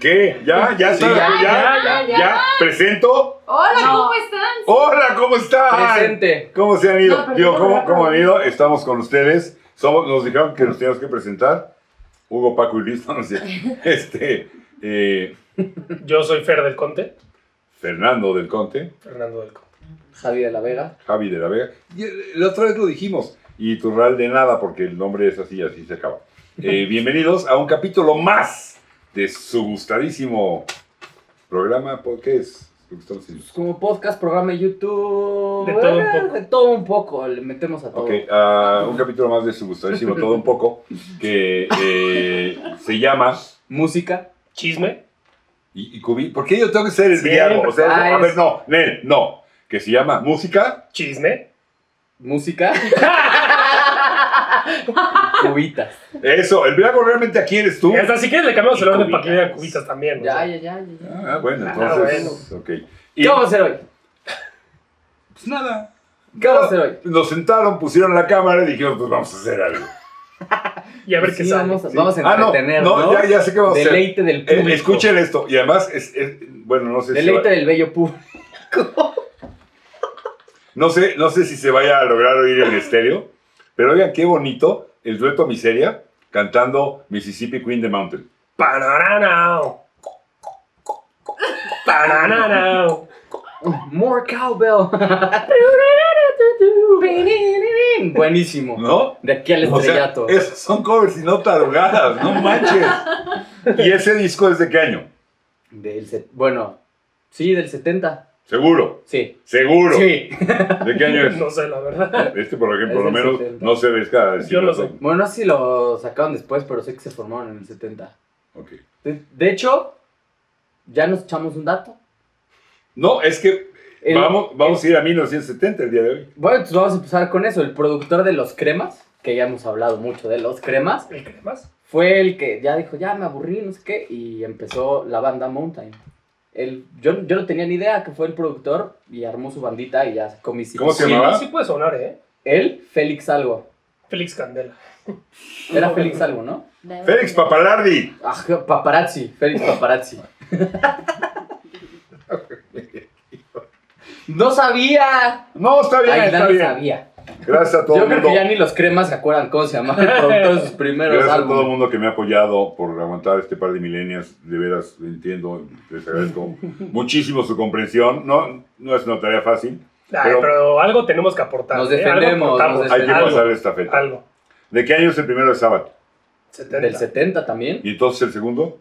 ¿Qué? ¿Ya? ¿Ya está? Sí, ya, ¿Ya? ya, ya. ¿Ya? ¿Presento? Hola, No. ¿cómo están? ¡Hola! ¿Cómo están? Presente. ¿Cómo se han ido? No, pero Digo, yo ¿cómo, creo que- cómo han ido? Estamos con ustedes. Somos, nos dijeron que nos teníamos que presentar. Hugo, Paco y Luis, no, no es cierto. Este, eh, Yo soy Fer del Conte, Fernando del Conte, Fernando del Conte. Javi de la Vega. Javi de la Vega. Y el- la otra vez lo dijimos. Y Turral de nada, porque el nombre es así, así se acaba. Eh, bienvenidos a un capítulo más de su gustadísimo programa. ¿por ¿Qué es? Su gustadísimo. Pues como podcast, programa de YouTube. De todo un eh, poco. De todo un poco, le metemos a todo. Ok, ah, un capítulo más de su gustadísimo todo un poco, que eh, se llama Música. Chisme. Y, y Cubi, ¿por qué yo tengo que ser el Sí, diablo? O sea, ah, a es- ver, no, Nel, no. Que se llama música. Chisme. Música. Cubitas. Eso, el blanco realmente aquí eres tú. Y hasta así que le cambiamos el Y orden para que cubitas. haya cubitas también. o Ya, sea. ya, ya, ya, ya. Ah, bueno, Ah, entonces. Ok. Y ¿Qué vamos a hacer hoy? pues nada. ¿Qué vamos a hacer hoy? Nos sentaron, pusieron la cámara y dijeron, pues vamos a hacer algo. Y a ver Sí, qué sale. Vamos a, Sí. vamos a Ah, no, entretenernos. no, ya- ya sé qué vamos a hacer. Deleite del Eh, público. escuchen esto. Y además, es, es- bueno, no sé, si Deleite va- del bello público. no, sé, no sé si se vaya a lograr oír el estéreo, pero oigan qué bonito el dueto Miseria cantando Mississippi Queen the Mountain. Pananao. Pananao. More cowbell. Buenísimo. ¿No? De aquí al O sea, estrellato. esos son covers y no tarugadas, no manches. ¿Y ese disco es de qué año? Del set- bueno, sí, del 70. Seguro, Sí. seguro. Sí. ¿De qué año es? No sé, la verdad. Este, por ejemplo, por Es lo menos del 70. no se ve cada Yo lo sé. Bueno, no sé si lo sacaron después, pero sé que se formaron en el 70. Ok. De, de hecho, ya nos echamos un dato. No, es que El- vamos, vamos a ir a 1970 el día de hoy. Bueno, entonces vamos a empezar con eso. El productor de los cremas, que ya hemos hablado mucho de los cremas, ¿El qué más? fue el que ya dijo, ya me aburrí, no sé qué, y empezó la banda Mountain. Él- yo, yo no tenía ni idea que fue el productor y armó su bandita y ya sacó mis ¿Cómo se Sí, llamaba? sí puede sonar, ¿eh? Él, Félix Algo. Félix Candela. Era Félix Algo, ¿no? Félix Papalardi. Ajá, Ah, paparazzi, Félix Paparazzi. no sabía. No, está bien, Ay, está nadie bien. sabía. Gracias a todo Yo el creo mundo. que ya ni los cremas se acuerdan cómo se llamaba el productor de sus primeros Gracias a todo el álbumes. mundo que me ha apoyado por aguantar este par de milenias. De veras, entiendo, les agradezco muchísimo su comprensión. No, no es una tarea fácil. Ay, Pero- pero, algo tenemos que aportar. Nos ¿eh? Algo defendemos, aportamos. nos Hay que Algo, pasar esta feta. Algo. ¿De qué año es el primero de sábado? 70. Del 70 también. ¿Y entonces el segundo? No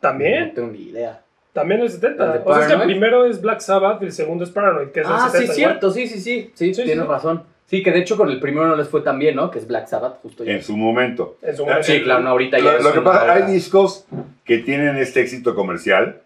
¿También? tengo ni idea. También el ¿El 70. de o sea, es que el Paranoid? primero es Black Sabbath y el segundo es Paranoid, que es del Ah, sí, 70 igual. cierto, sí, sí, sí, sí. Sí, tienes sí. razón. Sí, que de hecho con el primero no les fue tan bien, ¿no? Que es Black Sabbath, justo ya. En su momento. En su momento. Ah, Sí, claro, no, ahorita ya. Lo, es lo que una pasa, obra. hay discos que tienen este éxito comercial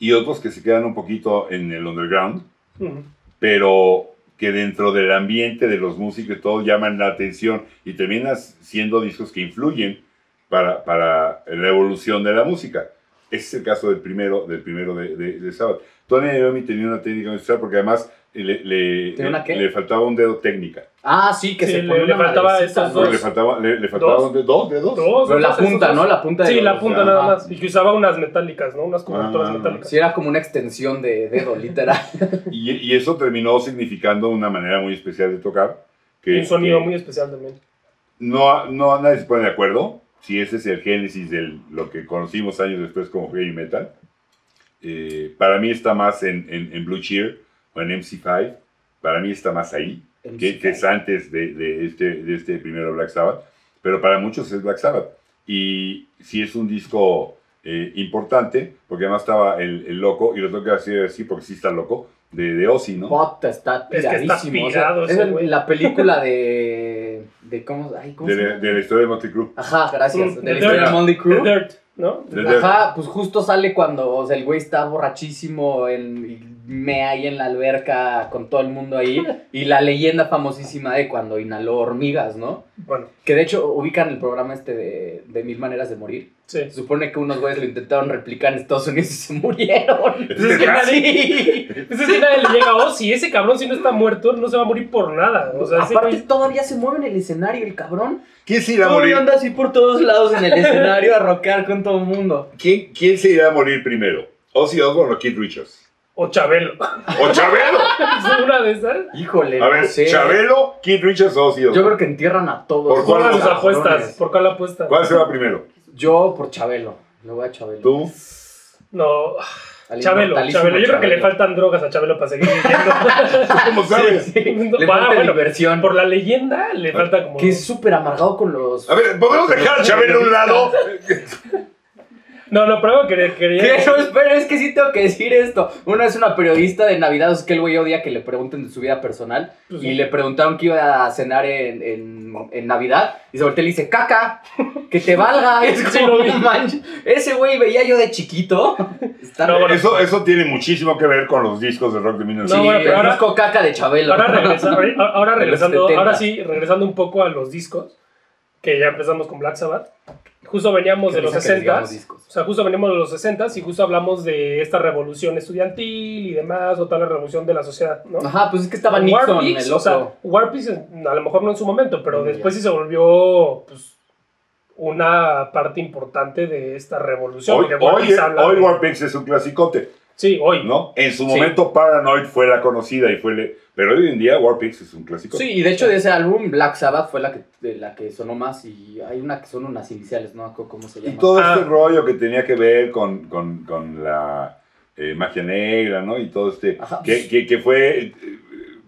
y otros que se quedan un poquito en el underground, Ujú. pero que dentro del ambiente de los músicos y todo llaman la atención y terminan siendo discos que influyen para, para la evolución de la música. Ese es el caso del primero, del primero de, de, de Sabbath. Tony Iommi tenía una técnica musical porque además le, le- ¿Tenía una qué? le faltaba un dedo técnica. Ah, sí, que Sí, se le- pone le una faltaba madrecita, estas ¿no? Porque dos. le faltaba, le, le faltaba Dos. un dedo- dos dedos. Dos, Pero la entonces, punta, esos ¿no? dos. La punta de Sí, la los- punta Ajá. nada más. Y que usaba unas metálicas, ¿no? Unas cobertoras Ah. metálicas. Sí, era como una extensión de dedo, literal. Y, y eso terminó significando una manera muy especial de tocar. Que, Y un sonido que muy especial también. no, no nadie se pone de acuerdo si ese es el génesis de lo que conocimos años después como heavy metal. Eh, para mí está más en, en- en Blue Cheer o en MC5. Para mí está más ahí, que, que es antes de, de este, de este primero Black Sabbath. Pero para muchos es Black Sabbath. Y sí es un disco eh, importante, porque además estaba el, el loco, y lo tengo que decir así porque sí está loco, de, de Ozzy, ¿no? Puta, está Es que está tiradísimo. o sea, pirado es ese güey. la película de. de ¿Cómo, ay, ¿cómo de, se la- llama? de la historia de Motley Crue. Ajá, gracias. Mm, De la de historia de Dirt. Molly The Crew. Dirt, ¿no? De Dirt. Ajá, pues justo sale cuando o sea, el güey está borrachísimo en, y mea ahí en la alberca con todo el mundo ahí. Y la leyenda famosísima de cuando inhaló hormigas, ¿no? Bueno, Que de hecho ubican el programa este de, de Mil Maneras de Morir. sí. Se supone que unos güeyes lo intentaron replicar en Estados Unidos y se murieron. Ah, Pues es que Sí. Pues es que nadie le llega a Ozzy. Ese cabrón, si no está muerto, no se va a morir por nada. O sea, ese Aparte, güey- todavía se mueve en el escenario el cabrón. ¿Quién se irá a Uy, morir? anda así por todos lados en el escenario a rockear con todo el mundo. ¿Quién, quién se irá a morir primero? ¿Ozzy Osbourne o Keith Richards? O Chabelo. ¡O Chabelo! ¿Es una de esas? Híjole, A no ver, sé. Chabelo, Keith Richards o Ozzy Yo Osbourne. creo que entierran a todos. ¿Por cuál Pongan sus las Cabrones. apuestas. ¿Por cuál apuesta? ¿Cuál se va primero? Yo por Chabelo. Le voy a Chabelo. ¿Tú? No. Al Chabelo, inmortalísimo Chabelo. Yo creo que le Chabelo. faltan drogas a Chabelo para seguir viviendo. ¿Cómo sabes? Sí, sí. No, Le va, falta bueno, diversión. Por la leyenda le falta como. Que es súper amargado con los. A ver, ¿podemos dejar a Chabelo a un lado? No, no, pero que quería. Que no, espera, es que sí tengo que decir esto. Una es una periodista de Navidad, es que el güey odia que le pregunten de su vida personal. Pues y sí. le preguntaron que iba a cenar en, en- en Navidad. Y se voltea y le dice, caca, que te valga. Es Sí, como, lo vi. "No manches". Ese güey veía yo de chiquito. Está- No, bueno, Eso, eso tiene muchísimo que ver con los discos de rock de Sí, 1900. No, bueno, pero ahora- conozco caca de Chabelo. Ahora, regresa- ahora- ahora De los regresando, 70. ahora sí, regresando un poco a los discos, que ya empezamos con Black Sabbath. Justo veníamos Que de los dicen que les 60 digamos s discos. o sea, justo veníamos de los 60 y justo hablamos de esta revolución estudiantil y demás, o tal la revolución de la sociedad, ¿no? Ajá, pues es que estaba War Nixon, Pigs, el o sea, loco. War Pigs, a lo mejor no en su momento, pero Mm, después ya. sí se volvió pues, una parte importante de esta revolución. Hoy, porque War hoy, Pigs habla hoy de- War Pigs es un clasicote, Sí, hoy. ¿no? En su Sí. momento Paranoid fue la conocida y fue... le- Pero hoy en día War Pigs es un clásico. Sí, y de hecho de ese álbum, Black Sabbath fue la que, de la que sonó más. Y hay una que son unas iniciales, no me acuerdo cómo se Y llama. todo Ah. este rollo que tenía que ver con, con, con la eh, magia negra, ¿no? Y todo este... Ajá. Que, que- que fue eh,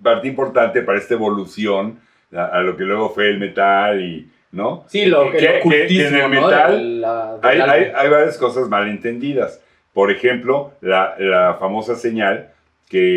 parte importante para esta evolución a, a lo que luego fue el metal y... ¿No? Sí, lo Que- el que- que en el ocultismo, ¿no? metal Del- la- del Hay, álbum. hay- hay varias cosas malentendidas. Por ejemplo, la, la famosa señal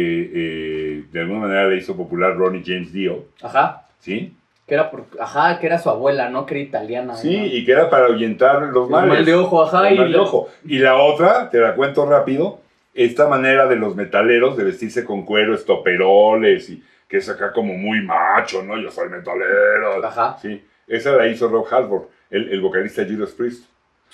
que eh, de alguna manera le hizo popular Ronnie James Dio, Ajá. ¿sí? Que era por, ajá, que era su abuela, ¿no? Que era italiana. Sí, ¿no? y que era para ahuyentar los El mal males. de ojo, ajá. el y mal de la- ojo. Y la otra, te la cuento rápido, esta manera de los metaleros de vestirse con cuero, estoperoles, y que es acá como muy macho, ¿no? Yo soy metalero. Ajá. Sí, esa la hizo Rob Halford, el, el vocalista de Judas Priest.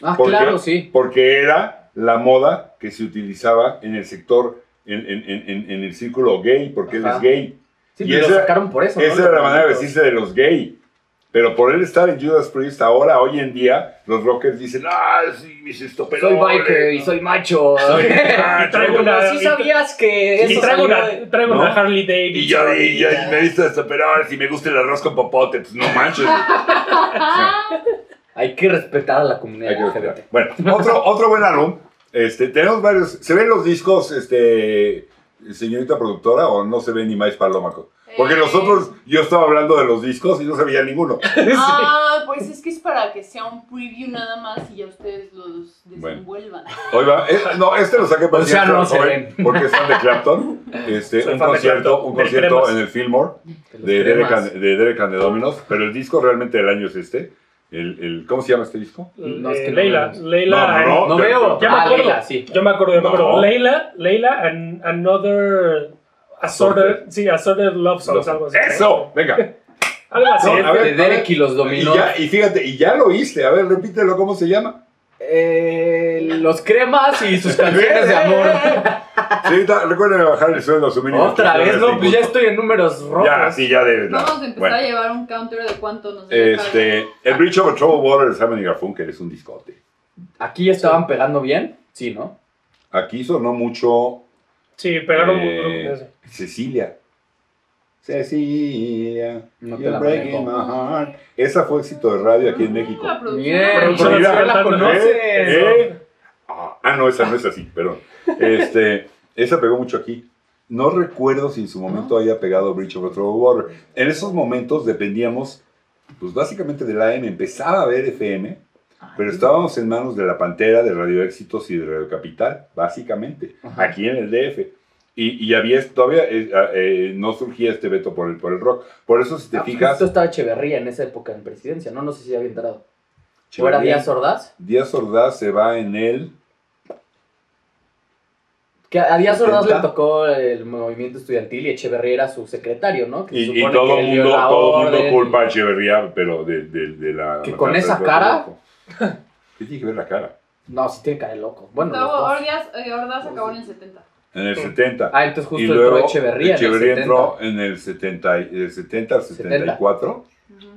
Ah, ¿Por claro, qué? sí. porque era la moda que se utilizaba en el sector, en, en- en- en- en el círculo gay, porque él Ajá. es gay. Sí, Y pero esa- lo sacaron por eso. ¿no? Esa era la Los manera de hermanitos. vestirse de los gay. Pero por él estar en Judas Priest, ahora, hoy en día, los rockers dicen, ah, sí, mis Soy estoperoles. biker y soy macho. Ah, Y traigo yo- una- Pero sí sabías que Y eso traigo salió una, de- traigo ¿No? una Harley Davidson. Y yo, y yo- y me he visto de estoperoles y me gusta el arroz con popote. Pues no manches. Sí, Hay que respetar a la comunidad hay que LGBT. respetar. bueno, otro, otro buen álbum. Este, tenemos varios. ¿Se ven los discos, este, señorita productora, o no se ve ni más palómaco? Porque Eh, nosotros, yo estaba hablando de los discos y no sabía ninguno. Ah, pues es que es para que sea un preview nada más y ya ustedes los desenvuelvan. Hoy va, eh, no, este lo saqué para O sea, cierto, no se hoy, ven. porque es fan de Clapton. Este, Soy un fan de concierto, Clapton, un del concierto Cremas. en el Fillmore Que los de Derek, cremas. and, de Derek and the Dominos. Pero el disco realmente del año es este. El, el, ¿Cómo se llama este disco? No, es Eh, que no Leila, vemos. Leila. No, No Te- veo. ya me Ah, acuerdo. Leila, sí. Yo me acuerdo, yo me acuerdo. No. Leila, Leila, and another. Assorted, sí, Assorted Love Songs, algo así. ¡Eso! Venga. Algo así. No, a ver, de Derek y los Y, dominó. ya, y fíjate, y ya lo oíste. A ver, repítelo, ¿cómo se llama? Eh, los cremas y sus canciones de amor. Señorita, recuérdeme bajar el sueldo a su mínimo. Otra vez, no, pues ya estoy en números rojos. Ya, sí, ya debes. la- Vamos a empezar bueno. a llevar un counter de cuánto nos debe Este, el Bridge Over Troubled Water de Simon y Garfunkel es un discote. Aquí ya estaban pegando bien. Sí, ¿no? Aquí sonó mucho Sí, pegaron eh, un grupo de eso. Cecilia. Cecilia, No te you're la breaking manejo. my heart. Esa fue éxito de radio aquí en México. Mm, La producción. Bien, Producción producción está la cantando, conoces. ¿eh? ¿Eh? Ah, ah, no, esa no es así, perdón. Este, esa pegó mucho aquí. No recuerdo si en su momento haya pegado Bridge Over Troubled Water. En esos momentos dependíamos, pues básicamente de la AM. Empezaba a ver FM, pero estábamos en manos de la Pantera, de Radio Éxitos y de Radio Capital, básicamente, Ajá. aquí en el DF. Y, y había, todavía eh, ah, eh, no surgía este veto por el, por el rock. Por eso, si te Ah, pues, fijas... Esto estaba Echeverría en esa época en presidencia, ¿no? No sé si ya había entrado. ¿O era Echeverría- Díaz Ordaz? Díaz Ordaz se va en el... Que a Díaz Ordaz le 70. tocó el movimiento estudiantil y Echeverría era su secretario, ¿no? Que se Y, y supone todo que el él dio mundo, la todo mundo orden. culpa a Echeverría, pero de, de- de la... ¿Que con esa del cara? rojo. ¿Qué tiene que ver la cara? No, sí tiene cara de loco. Bueno, los Acabó- dos. Ordaz, eh, Ordaz acabó en el 70. En el 70. Ah, entonces y justo luego entró Echeverría. en el Echeverría 70. entró en el 70, y- del 70 al 74. Ujú.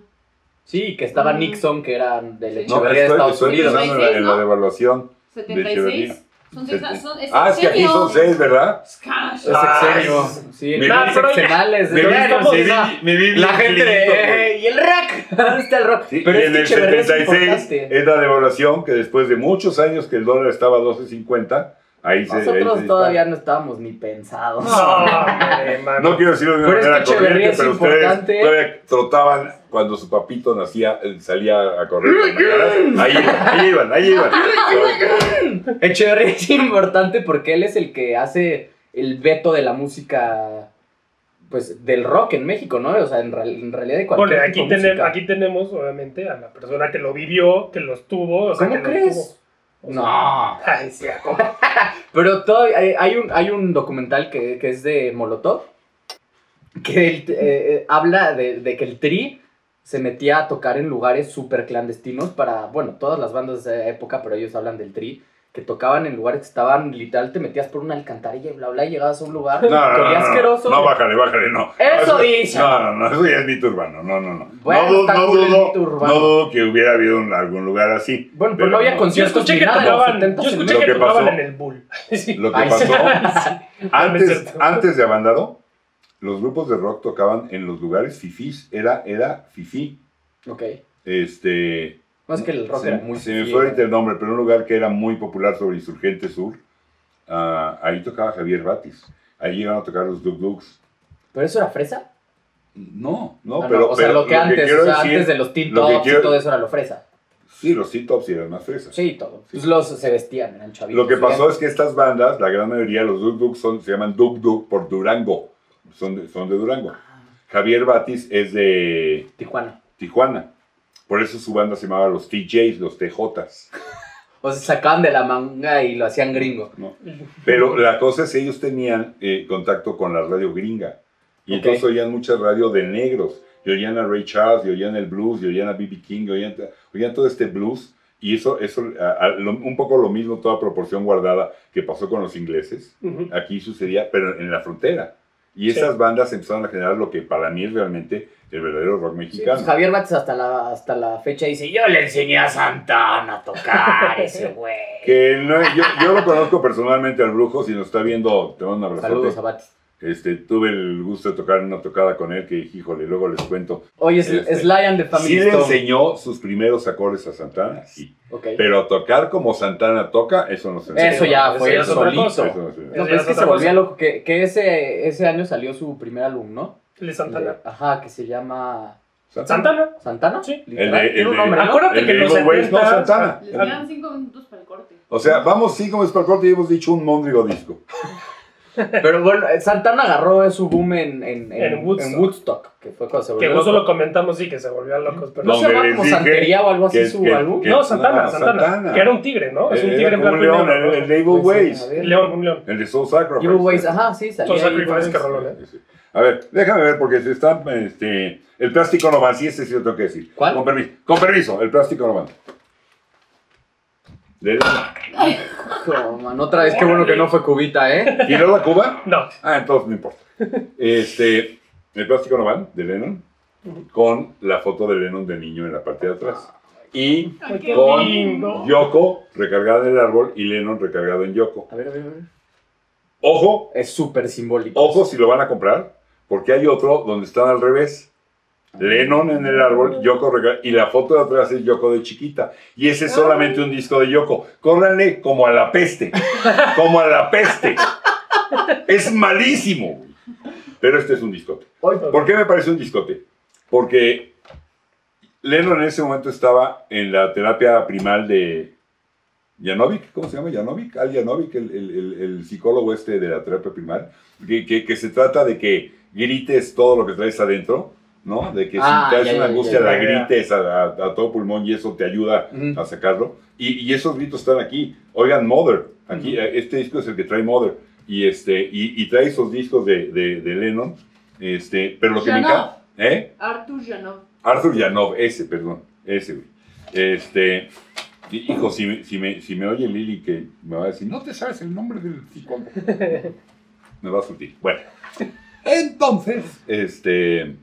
Sí, que estaba Mm. Nixon, que era del Sí. No, Echeverría de estoy, Estados estoy Unidos. pensando en la, en la ¿no? devaluación. Echeverría. 76. Son seis, Seten- son, es Ah, es que aquí sexenio. son seis, ¿verdad? Cash. Es sexenio. Sí, Me no, vi- pero sexenales. Me vi- ya me estamos- vi- me vi La bien gente clinito, güey. de, "Eh, y el rack, ¿dónde está el rock? Sí, pero y es en que el Echeverría es 76 importante. es la devaluación que después de muchos años que el dólar estaba a 12.50, ahí se- ahí se... Nosotros dispara. todavía no estábamos ni pensados. Ah, hombre, mano. Ah, No quiero decirlo de una Pero es que manera Echeverría corriente, es pero importante. ustedes todavía trotaban cuando su papito nacía, eh, salía a correr. en las mañanas. Ahí, iban, ahí iban, ahí iban. Echeverría es importante porque él es el que hace el veto de la música, pues del rock en México, ¿no? O sea, en, real- en realidad de cualquier Bueno, tipo aquí, de tenem- música. aquí tenemos, obviamente, a la persona que lo vivió, que los tuvo. O sea, ¿Cómo que los crees? tuvo. No. Ay, sí, ¿cómo? Pero todo, hay, hay un, hay un documental que, que es de Molotov que el- eh, eh, habla de, de que el Tri se metía a tocar en lugares súper clandestinos para, bueno, todas las bandas de esa época, pero ellos hablan del Tri, que tocaban en lugares que estaban, literal, te metías por una alcantarilla y bla, bla, y llegabas a un lugar, No, no, que olía no, no, no, asqueroso. no, bájale, bájale, no. Eso No, dice. No, no, no, eso ya es mito urbano, no, no, no. Bueno, no, dudo- está no, cool el dudo- mito urbano. no dudo que hubiera habido un- algún lugar así. bueno, pero Pero no había no. Yo conciertos escuché ni que nada, los tocaban, 70s yo en escuché Lo que que tocaban pasó- en el Bull. Lo que Ay, sí. pasó No es antes, cierto. antes de Abandaro, los grupos de rock tocaban en los lugares fifís, era, era fifí. Ok. Este, Más que el rock se, era muy... se me fiel. fue ahorita el nombre, pero un lugar que era muy popular sobre Insurgente Sur. ah, ahí tocaba Javier Batis. Ahí llegaron a tocar los Duk Duks. ¿Pero eso era fresa? No, no, Ah, no, pero. o sea, pero lo que antes, quiero o sea, decir- antes de los teen lo que tops quiero- y todo eso era lo fresa. Sí, los T-Tops y eran más fresas. Sí, todo. Sí. Pues los se vestían, eran chavitos. Lo que pasó es que estas bandas, la gran mayoría, los Duk Duks son- se llaman Duk Duk por Durango. Son de, son de Durango. Ah. Javier Batis es de Tijuana. Tijuana. Por eso su banda se llamaba los TJs, los TJs. O sea, sacaban de la manga y lo hacían gringo. ¿no? Pero la cosa es que ellos tenían eh, contacto con la radio gringa. Y Ok. entonces oían mucha radio de negros. Y oían a Ray Charles, y oían el blues, y oían a B.B. King, y oían, oían todo este blues. Y eso, eso a- a- lo- un poco lo mismo, toda proporción guardada, que pasó con los ingleses. Ujú. Aquí sucedía, pero en la frontera. Y Sí. esas bandas empezaron a generar lo que para mí es realmente el verdadero rock Sí, pues, mexicano. Javier Bates hasta la, hasta la fecha dice, yo le enseñé a Santana a tocar ese güey. que no- yo, yo lo conozco personalmente al brujo, si nos está viendo, te mando un abrazote. Saludos a Bates. Este, tuve el gusto de tocar en una tocada con él que, híjole, luego les cuento. Oye, es, Este, es Lion de Family Sí le Stone. enseñó sus primeros acordes a Santana, sí. Ok. Pero tocar como Santana toca, eso no se enseñó. Eso ya Eso fue ya es otra solito. cosa. Eso no se enseñó. No, pero es Es que se otra cosa. volvía loco, que, que ese, ese año salió su primer álbum, ¿no? El de Santana. Ajá, que se llama... Santana. ¿Santana? Sí. El Literal, de, tiene el un de- nombre, ¿no? Acuérdate el que de en los Evil Ways, no, 70s, Santana. Les quedan 5 minutos para el corte. O sea, vamos, sí, como es para el corte y hemos dicho un mondrigo disco. Pero bueno, eh, Santana agarró su boom en, en, en- en En Woodstock. Woodstock. que fue cuando se Que volvió. justo lo loco. comentamos, sí, que se volvían locos. Pero ¿No se Donde llamaba les como dije Santería o algo así que- su que- álbum? que- No, Santana, no, Santana, Santana. Que era un tigre, ¿no? Es un Eh, Era tigre como blanco un y león, negro, el, el de Evil Pues, Ways. a ver. ¿no? León, un león. El de Soul Sacrifice. Evil Ways, ajá, sí, salía. Soul ahí, pues. Evil Sacrifice, Ways. que rolón, ¿eh? A ver, déjame ver, porque se está, este, el plástico no va, sí, este sí lo tengo que decir. ¿Cuál? Con permiso, con permiso, el plástico no va. Le- Hijo, man, otra vez, qué bueno que no fue Cubita, ¿eh? ¿Tiró la Cuba? No. Ah, entonces no importa. Este, el plástico no va, de Lennon, con la foto de Lennon de niño en la parte de atrás. Y Ay, Qué Con lindo. Yoko recargada en el árbol y Lennon recargado en Yoko. A ver, a ver, a ver. Ojo, Es súper simbólico. Ojo si lo van a comprar, porque hay otro donde están al revés. Lennon en el árbol, Yoko rega- y la foto de atrás es Yoko de chiquita. Y ese es solamente un disco de Yoko. Córranle como a la peste. Como a la peste. Es malísimo. güey. Pero este es un discote. Hoy, ¿Por qué me parece un discote? Porque Lennon en ese momento estaba en la terapia primal de Yanovic, ¿cómo se llama? Yanovic, Al Yanovic, el, el- el- el psicólogo este de la terapia primal, que, que- que se trata de que grites todo lo que traes adentro, ¿no? De que Ah, si traes ya, una ya, angustia ya, la ya, ya. grites a, a- a todo pulmón y eso te ayuda Ujú. a sacarlo. Y, y esos gritos están aquí. Oigan, Mother. Aquí, eh, este disco es el que trae Mother. Y, este, y, y trae esos discos de, de- de Lennon. Este, pero lo que me Yanov. encanta. ¿Eh? Arthur Janov. Arthur Yanov, ese, perdón. Ese, güey. Este. y- Hijo, si me, si, me, si me oye Lili, que me va a decir, no te sabes el nombre del psicólogo. me va a surtir. Bueno. Entonces, este.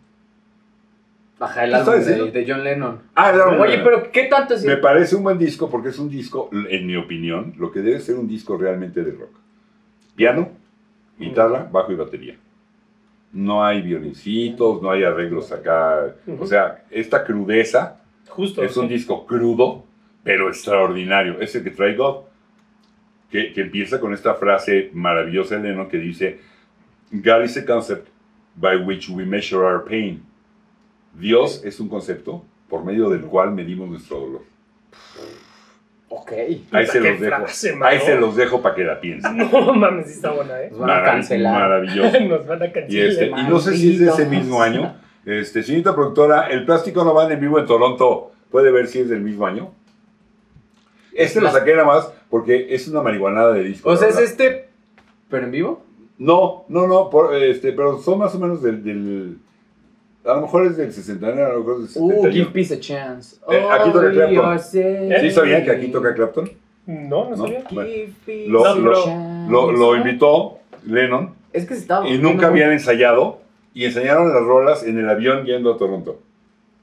Ajá, el ¿Qué álbum estás de, diciendo? de John Lennon. Ah, no, no, Oye, no. pero ¿qué tanto es? Me parece un buen disco porque es un disco, en mi opinión, lo que debe ser un disco realmente de rock. Piano, guitarra, bajo y batería. No hay violincitos, no hay arreglos acá. O sea, esta crudeza Justo. es un sí. disco crudo, pero extraordinario. Es el que trae God, que, que empieza con esta frase maravillosa de Lennon que dice, God is a concept by which we measure our pain. Dios es un concepto por medio del cual medimos nuestro dolor. Ok. Ahí Puta, se qué los dejo. frase, mano. Ahí se los dejo para que la piensen. No mames, sí está buena, ¿eh? Nos van a Marav- cancelar. Maravilloso. Nos van a Y, cancelar. este, y no sé si es de ese mismo año. Este, señorita productora, el plástico no va en vivo en Toronto. Puede ver si es del mismo año. Este lo saqué nada más porque es una marihuanada de disco. O sea, la es verdad. este, pero en vivo. No, no, no, por- este, pero son más o menos del, del- A lo mejor es del 69, a lo mejor es del Uh, give 71. peace a chance. Este Oh, Eh, aquí toca Clapton. ¿Sí ¿Sí sabían que aquí toca Clapton? No, no No. sabía. Bueno, No, lo, pero- lo- Ah, lo- lo invitó Lennon Es que se estaba. y nunca habían ensayado y ensayaron las rolas en el avión yendo a Toronto.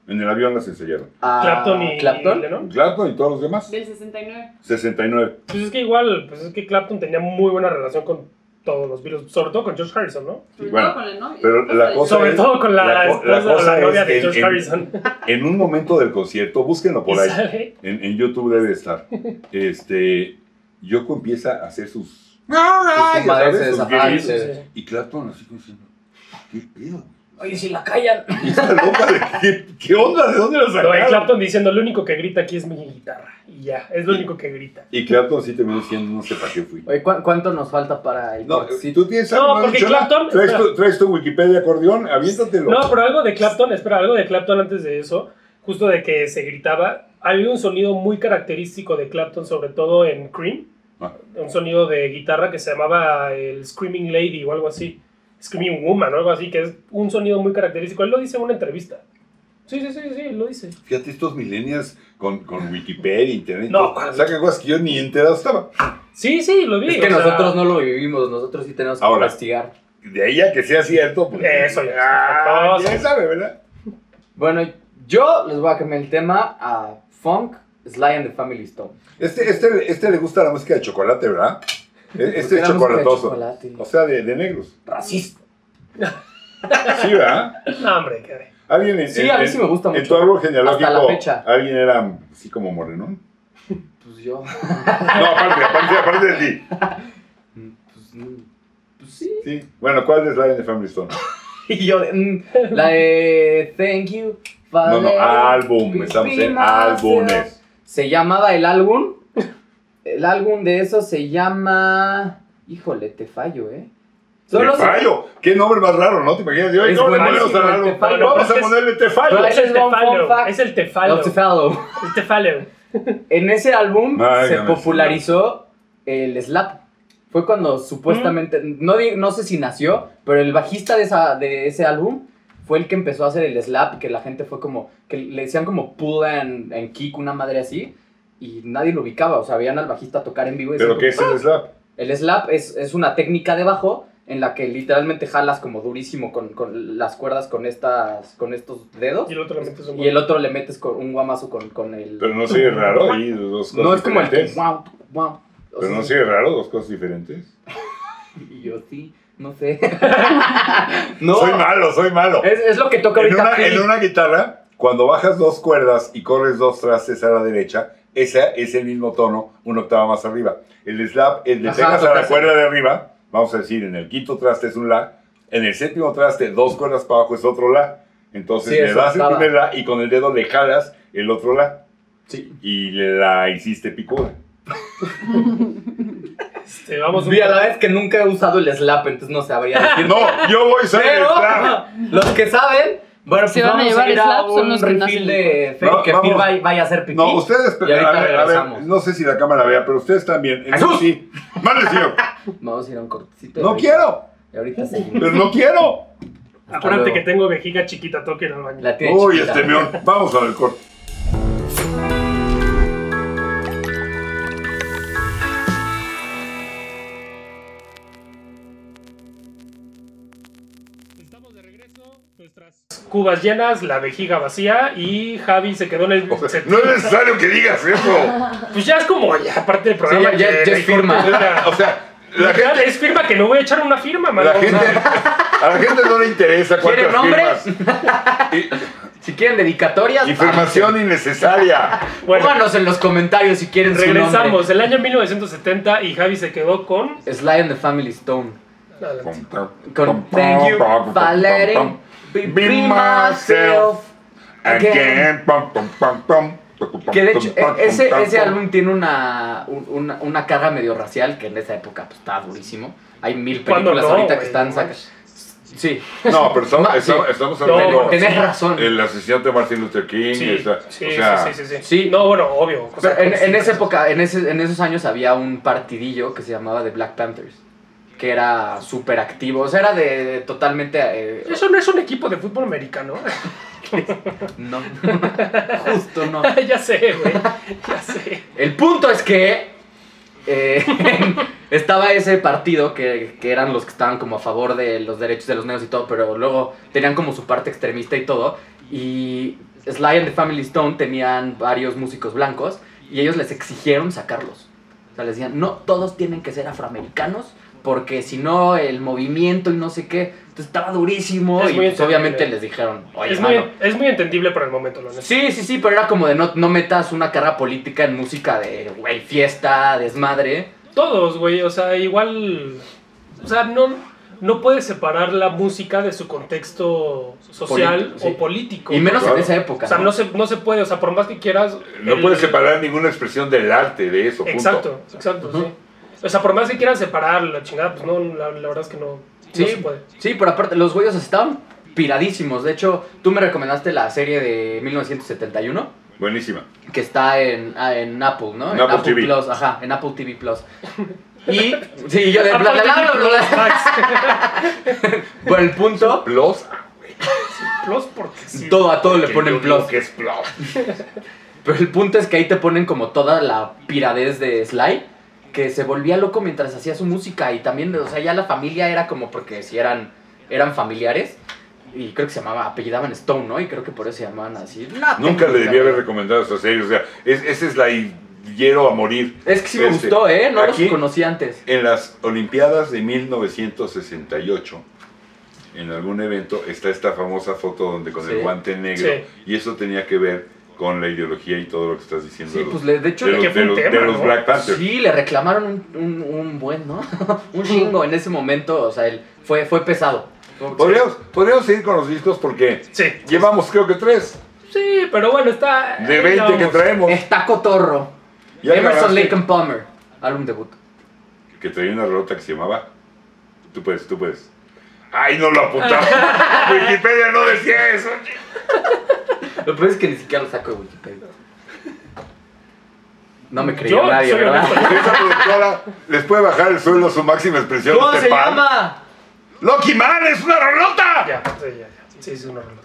En el avión las ensayaron. Ah, Clapton y Clapton. Lennon. Clapton y todos los demás. Del 69. 69. Pues es que igual, pues es que Clapton tenía muy buena relación con todos los virus, sobre todo con George Harrison, ¿no? Sobre bueno, todo con el novio. pero la cosa- Sobre es- todo con la, la co- la esposa o cosa la novia es de en- George en- Harrison. En un momento del concierto, búsquenlo Y por ahí. sale. En, en YouTube debe estar. Este, Yoko empieza a hacer sus. Sus ya comadres sabes, se sus desaparecen. guerrillas. Sí. Y Clapton así como diciendo, ¿qué pedo? Oye, si la callan. ¿Y esta loca de qué, qué onda? ¿De dónde la Pero ahí sacaron? Clapton diciendo, lo único que grita aquí es mi guitarra. Y ya, es lo único que grita. Y Clapton sí terminó diciendo, no sé para qué fui. Oye, ¿cu- ¿cuánto nos falta para el No, si cortecito? tú tienes No, algo más porque dicho, ¿no? Clapton- ¿Traes tu, espera. traes tu Wikipedia acordeón, aviéntatelo. No, pero algo de Clapton, espera, algo de Clapton antes de eso, justo de que se gritaba, había un sonido muy característico de Clapton, sobre todo en Cream, Ah. un sonido de guitarra que se llamaba el Screaming Lady o algo así, Screaming Woman o algo así, que es un sonido muy característico. Él lo dice en una entrevista. Sí, sí, sí, sí, lo dice. Fíjate, estos millennials con, con Wikipedia, internet, No, todo, sacan cosas que yo ni enterado estaba. Sí, sí, lo vi. Es que o sea, nosotros no lo vivimos, nosotros sí tenemos que Ahora. investigar. De ella que sea cierto, pues. Eso ya es otra Ah, cosa. ¿Quién sabe, verdad? Bueno, yo les voy a cambiar el tema a Funk, Sly and the Family Stone. Este, este, este le gusta la música de chocolate, ¿verdad? E- Este Porque es la música de chocolatoso. chocolate. O sea, de, de negros. Racista. Sí, ¿verdad? No, hombre, qué- Alguien en, Sí, en- a mí en- sí me gusta en tu mucho. árbol genealógico, Hasta la fecha. alguien era así como morenón. Pues yo. No, aparte, aparte, aparte de ti. Pues, mm, pues sí. Sí. Bueno, ¿cuál es la de Family Stone? Y yo de, mm, la de Thank You. No, Father, no, álbum. Estamos Be en myself. álbumes. Se llamaba el álbum. El álbum de eso se llama. Híjole, te fallo, ¿eh? Te se- fallo. Qué nombre más raro, ¿no? ¿Te imaginas? Yo, Es no, le buenísimo, ponemos tan raro. el Te Fallo. Vamos Pero a es- ponerle te fallo. Pero es Ese el es un fun tefalo, fact. es el tefalo, No, te el fallo. tefalo. En ese álbum Ay, se no me popularizó el slap. Fue cuando supuestamente, no, di- no sé si nació, pero el bajista de, esa, de ese álbum fue el que empezó a hacer el slap, que la gente fue como, que le decían como pull and, and kick, una madre así, y nadie lo ubicaba, o sea, veían al bajista tocar en vivo y ¿Pero decían qué es el slap? el slap es, es una técnica de bajo en la que literalmente jalas como durísimo con, con las cuerdas con, estas, con estos dedos Y el otro elemento es un y el otro le metes con un guamazo con, con el... Pero no soy raro ahí, dos cosas no es como el que... diferentes. guau, guau. O Pero sea, no soy raro, dos cosas diferentes. Y yo sí, no sé. no, Soy malo, soy malo. es, es lo que toca En ahorita. una, Phil. en una guitarra, cuando bajas dos cuerdas y corres dos trastes a la derecha, esa es el mismo tono, una octava más arriba. El slap, el le Ajá, pegas a tocas la el- cuerda de arriba, vamos a decir, en el quinto traste es un la, en el séptimo traste, dos cuerdas para abajo es otro la. Entonces Sí, le es das el octava. primer la y con el dedo le jalas el otro la Sí. y le la hiciste picuda. Este, vamos un- Vi a la vez que nunca he usado el slap, entonces no sabría decir. No, yo voy a usar el pero slap. los que saben, bueno, Si pues van a vamos a, llevar ir a slap, son un los que no refill hacen de Phil, No, que vamos. Phil vaya, vaya a hacer pipí. No, ustedes, Y ahorita a ver, a ver, regresamos. no sé si la cámara vea, pero ustedes también. En ¡Jesús! sí. Mande, señor. Vamos a ir a un cortecito. y No ahorita- quiero, y ahorita seguimos. pero no quiero. Hasta Acuérdate luego. que tengo vejiga chiquita, tengo que ir al baño. La tiene Uy, chiquita. este meón. Vamos a ver el corte. Estamos de regreso, nuestras cubas llenas, la vejiga vacía y Javi se quedó en el... O sea, se- no es necesario que digas eso. Pues ya es como ya parte del programa. eh, Sí, ya- ya- que- ya es firma. O sea, la Ya gente, es firma que no voy a echar una firma, mano. la gente, a la gente no le interesa cuántas ¿Quieren nombres? firmas. Si quieren dedicatorias, ah, Información innecesaria. Bueno, pónganos en los comentarios si quieren regresamos. El año 1970 y Javi se quedó con... su nombre. Sly and the Family Stone. Adelante. Con Thank You for Letting Be, Be Myself. Again. Pum, pum, pum, pum. Que de hecho, Pum, pum, e- ese, pum, ese pum. álbum tiene una, un- una, una carga medio racial que en esa época pues, está durísimo. Hay mil ¿Cuándo películas no, ahorita que güey? están No sacas. Sí, No, pero estamos, Ma- estamos, sí. estamos No, hablando porque tenés razón. el asesinato de Martin Luther King. Sí, esa- sí, o sea, sí, sí, sí, sí. sí. No, bueno, obvio. o sea, Pero en, en sí, esa época, en, ese- en esos años había un partidillo que se llamaba The Black Panthers, que era súper activo, o sea, era de, de totalmente... eh, Eso no es un equipo de fútbol americano. no, justo no. ya sé, güey. Ya sé. El punto es que eh, estaba ese partido que, que eran los que estaban como a favor de los derechos de los negros y todo, pero luego tenían como su parte extremista y todo. Y Sly and the Family Stone tenían varios músicos blancos y ellos les exigieron sacarlos. O sea, les decían, no, todos tienen que ser afroamericanos porque si no, el movimiento y no sé qué, entonces estaba durísimo. Es y muy pues, obviamente les entendible. dijeron, oye, es, muy, mano, es muy entendible por el momento, lo honesto. Sí, sí, sí, pero era como de no, no metas una carrera política en música de, güey, fiesta, desmadre. Todos, güey. O sea, igual. O sea, no, no puedes separar la música de su contexto social Político, sí. o político. Y menos claro. en esa época. O sea, no se, no se puede. O sea, por más que quieras. No el- puedes separar ninguna expresión del arte de eso. punto. Exacto, exacto, Ujú. sí. O sea, por más que quieran separar la chingada, pues no, la, la verdad es que no, Sí, no se puede. sí, pero aparte, los güeyes estaban piradísimos. De hecho, tú me recomendaste la serie de 1971, Buenísima. que está en, ah, en Apple, ¿no? En Apple TV. Plus, ajá, en Apple TV Plus. Y, sí, yo de bla, bla, Aparte, bla, bla, bla, bla. Por el punto, Plus. Plus porque sí. todo a todo le ponen plus. Que es plus. Pero el punto es que ahí te ponen como toda la piradez de Sly, que se volvía loco mientras hacía su música y también, o sea, ya la familia era como porque si eran, eran familiares y creo que se llamaba, apellidaban Stone, ¿no? Y creo que por eso se llamaban así. No, Nunca le tengo debía idea. haber recomendado esa serie. O sea, es- ese es la hierro a morir. Es que sí me Este, gustó, ¿eh? No aquí- los conocí antes. En las Olimpiadas de 1968, en algún evento, está esta famosa foto donde con Sí. el guante negro. Sí. Y eso tenía que ver con la ideología y todo lo que estás diciendo. Sí, de los- pues le- de hecho, de le- los, que fue de un los- de tema, los ¿no? Black Panthers. sí, le reclamaron un, un- un buen, ¿no? un chingo en ese momento, o sea, él fue, fue pesado. Podríamos, podríamos seguir con los discos porque Sí. llevamos creo que tres Sí, pero bueno, está. eh, de ahí 20 que vamos. traemos. Está cotorro. Ya Emerson, acabaste. Lake and Palmer, álbum debut. Que traía una rota que se llamaba Tú puedes, tú puedes. Ay, no lo apuntamos. Wikipedia no decía eso. Lo peor es que ni siquiera lo saco de Wikipedia. No me creyó Yo nadie, soy ¿verdad? Esa productora les puede bajar el sueldo su máxima expresión. ¿Cómo de se pan. llama? ¡Lucky Man es una rolota! Ya, sí, ya, ya. Sí, es una relota.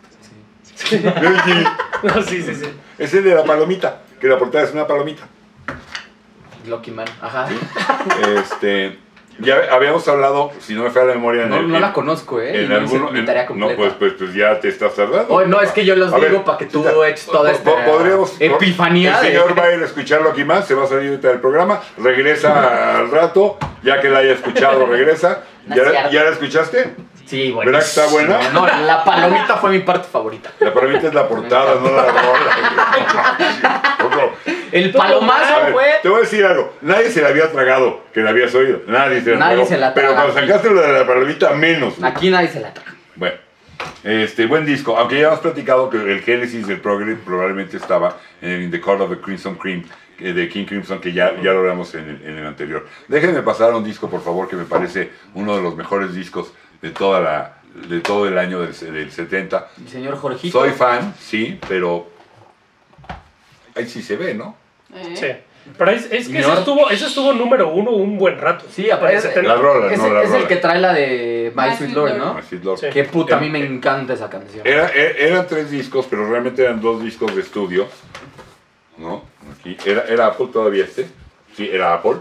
Lucky. No, sí, sí, sí. es el de la palomita, que la portada es una palomita. Lucky Man, ajá. Este, ya habíamos hablado, si no me falla la memoria, en No, el- no la en- conozco, ¿eh? Y en no hice alguno, mi en- tarea no, pues, completa. pues, pues ya te estás tardando. Oh, no, es que yo los A ver, digo para que tú o sea, eches toda po- po- esta podríamos- epifanía El de... señor va a ir a escucharlo aquí más, se va a salir ahorita del programa, regresa al rato, ya que la haya escuchado, regresa. No ¿Ya, es la- cierto. ¿Ya la escuchaste? Sí, bueno. ¿Verdad que está buena? No, la palomita fue mi parte favorita. La palomita es la portada, no la rola. No, no. El A palomazo ver, fue... Te voy a decir algo, nadie se la había tragado, que la habías oído. Nadie se la Nadie tragó. se la Pero traga. cuando sacaste lo de la palomita, menos. güey. Aquí nadie se la trajo. Bueno, este buen disco. Aunque ya hemos platicado que el génesis del progre probablemente estaba en The Call of the Crimson Cream eh, de King Crimson, que ya, ya lo hablamos en el, en el anterior. Déjenme pasar a un disco, por favor, que me parece uno de los mejores discos de toda la de todo el año del, del 70. El señor Jorgito. Soy fan, sí, pero ahí sí se ve, ¿no? ¿Eh? Sí. Pero es, es que eso Señor. estuvo, eso estuvo número uno un buen rato. Sí, aparece- Para el La 70. rola, Es, no la es el rola. que trae la de My My Sweet Sweet Lord, Lord. ¿no? Así es lo- Sí. Qué puta, a mí Eh, me encanta esa canción. Era- er- eran tres discos, pero realmente eran dos discos de estudio. ¿No? Aquí. Era, era Apple todavía este. Sí, era Apple.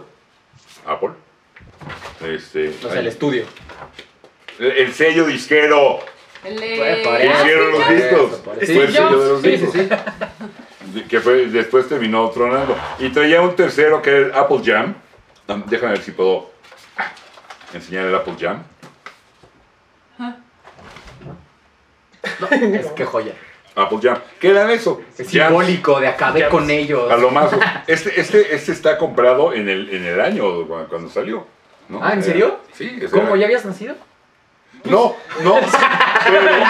Apple. Este. O sea, ahí. el estudio. El- el sello disquero. El de- Fue por Ah, eso. Hicieron los sí, ya. discos. por Fue el sello de los Sí, sí, discos. sí. que fue, después terminó tronando. Y traía un tercero que era el Apple Jam. Um, Déjame ver si puedo ah, enseñar el Apple Jam. No, es que joya. Apple Jam. ¿Qué era eso? Es Jams, simbólico de acabé Ya con ves. ellos. Palomazo. Este, este, este está comprado en el, en el año cu- cuando salió. ¿no? Ah, ¿en Era- serio? Sí. ese ¿Cómo? era- ¿Ya habías nacido? No, no.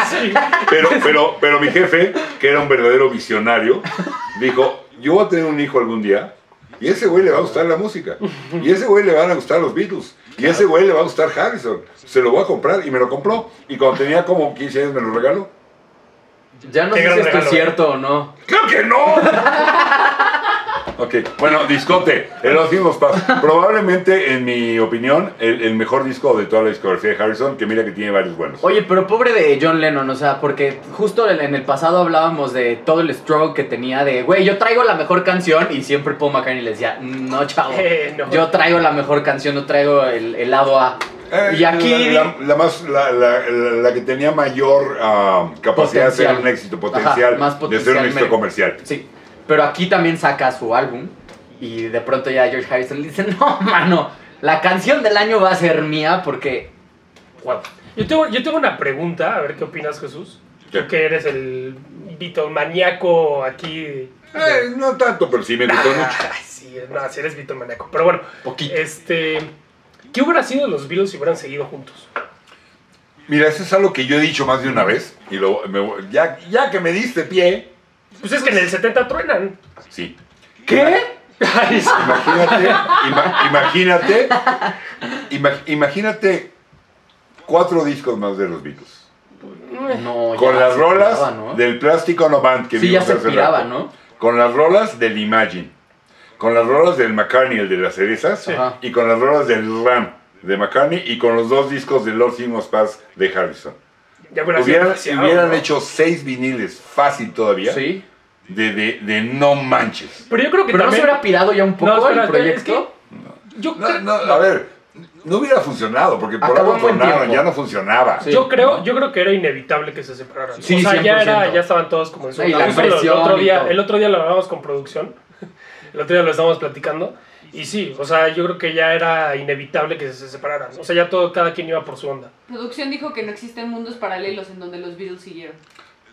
Sí. Pero, pero, pero mi jefe, que era un verdadero visionario, dijo, yo voy a tener un hijo algún día y a ese güey le va a gustar la música. Y a ese güey le van a gustar los Beatles. Y a ese güey le va a gustar Harrison. Se lo voy a comprar y me lo compró. Y cuando tenía como 15 años me lo regaló. Ya no Qué sé gran si esto es regalo, ¿eh? cierto o no. ¡Claro que no! Ok, bueno, discote, el último pasos. Probablemente, en mi opinión, el, el mejor disco de toda la discografía de Harrison, que mira que tiene varios buenos. Oye, pero pobre de John Lennon, o sea, porque justo en en el pasado hablábamos de todo el struggle que tenía de, güey, yo traigo la mejor canción y siempre Paul McCartney le decía, no, chavo, Eh, no. yo traigo la mejor canción, no traigo el, el lado A. Eh, y aquí, La, la- la más, la, la- la- la que tenía mayor ah, capacidad de ser Potencial. un éxito potencial, Ajá, más de ser un potencial, éxito me- comercial. sí, pero aquí también saca su álbum y de pronto ya George Harrison le dice, no, mano, la canción del año va a ser mía porque, wow, Yo tengo, yo tengo una pregunta, a ver qué opinas, Jesús. ¿Qué? Tú que eres el maníaco aquí. Eh, no tanto, pero sí me gustó mucho. Ay, sí, no, sí eres maníaco. Pero bueno, poquito. este. ¿Qué hubiera sido de los Beatles si hubieran seguido juntos? Mira, eso es algo que yo he dicho más de una vez. Y lo, me voy- ya, ya que me diste pie. Pues es que en el 70 truenan. Sí. ¿Qué? Ay, sí. Imagínate, ima- imagínate, ima- imagínate cuatro discos más de los Beatles. Mm, No, ya Con las se rolas piraba, ¿no? del Plastic Ono Band que Sí, ya vimos se hace piraba, rato. ¿no? Con las rolas del Imagine. Con las rolas del McCartney, el de las cerezas. Sí. Ajá. Y con las rolas del Ram de McCartney. Y con los dos discos de Lord Seymour Pass de Harrison. Ya hubiera sido Hubieran, demasiado, hubieran ¿no? hecho seis viniles fácil todavía. Sí. De, de, de no manches. Pero yo creo que Pero no se también. hubiera pirado ya un poco espera, el espera, proyecto. es que- yo No, creo- no, a ver, no hubiera funcionado. Porque por Acabó algo en buen tronaron, tiempo. ya no funcionaba. Sí. Yo creo, yo creo que era inevitable que se separaran. Sí, o sea, ya, era, 100%. ya estaban todos como en su Y la Justo el- el, presión otro y día, todo. el otro día lo hablábamos con producción. El otro día lo estábamos platicando. Y sí, o sea, yo creo que ya era inevitable que se separaran. O sea, ya todo, cada quien iba por su onda. Producción dijo que no existen mundos paralelos en donde los Beatles siguieron.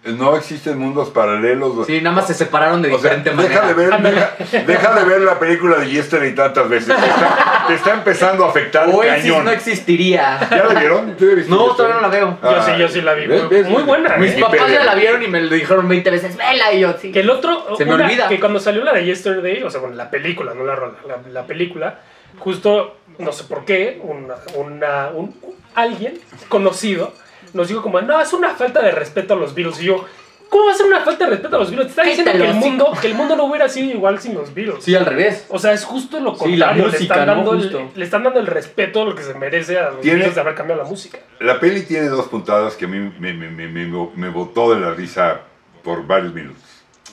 No existen mundos paralelos. Sí, nada más se separaron de O sea, diferente manera. deja de, ver, deja, deja de ver la película de Yesterday tantas veces. Te está, te está empezando a afectar Oasis cañón. no existiría. ¿Ya la vieron? ¿Tú ya viste No, Yesterday? todavía no la veo. Yo sí, yo sí la vi. Muy- muy buena, eh. Mis Sí, papás Wikipedia. ya la vieron y me lo dijeron 20 veces, vela, y yo, sí. Que el otro. Se me una- olvida. Que cuando salió la de Yesterday, o sea, bueno, la película, no la rola, la, la película, justo, no sé por qué, una, una- un, un- alguien conocido nos dijo como, no, es una falta de respeto a los Beatles. Y yo, ¿cómo va a ser una falta de respeto a los Beatles? Te está diciendo que Cállate el, el mundo, que el mundo no hubiera sido igual sin los Beatles. Sí, al revés. O sea, es justo lo contrario. Sí, la le, música, están ¿no? dando el, Justo. le están dando el respeto a lo que se merece a los Tiene- Beatles de haber cambiado la música. La peli tiene dos puntadas que a mí me, me, me- me- me botó de la risa por varios minutos.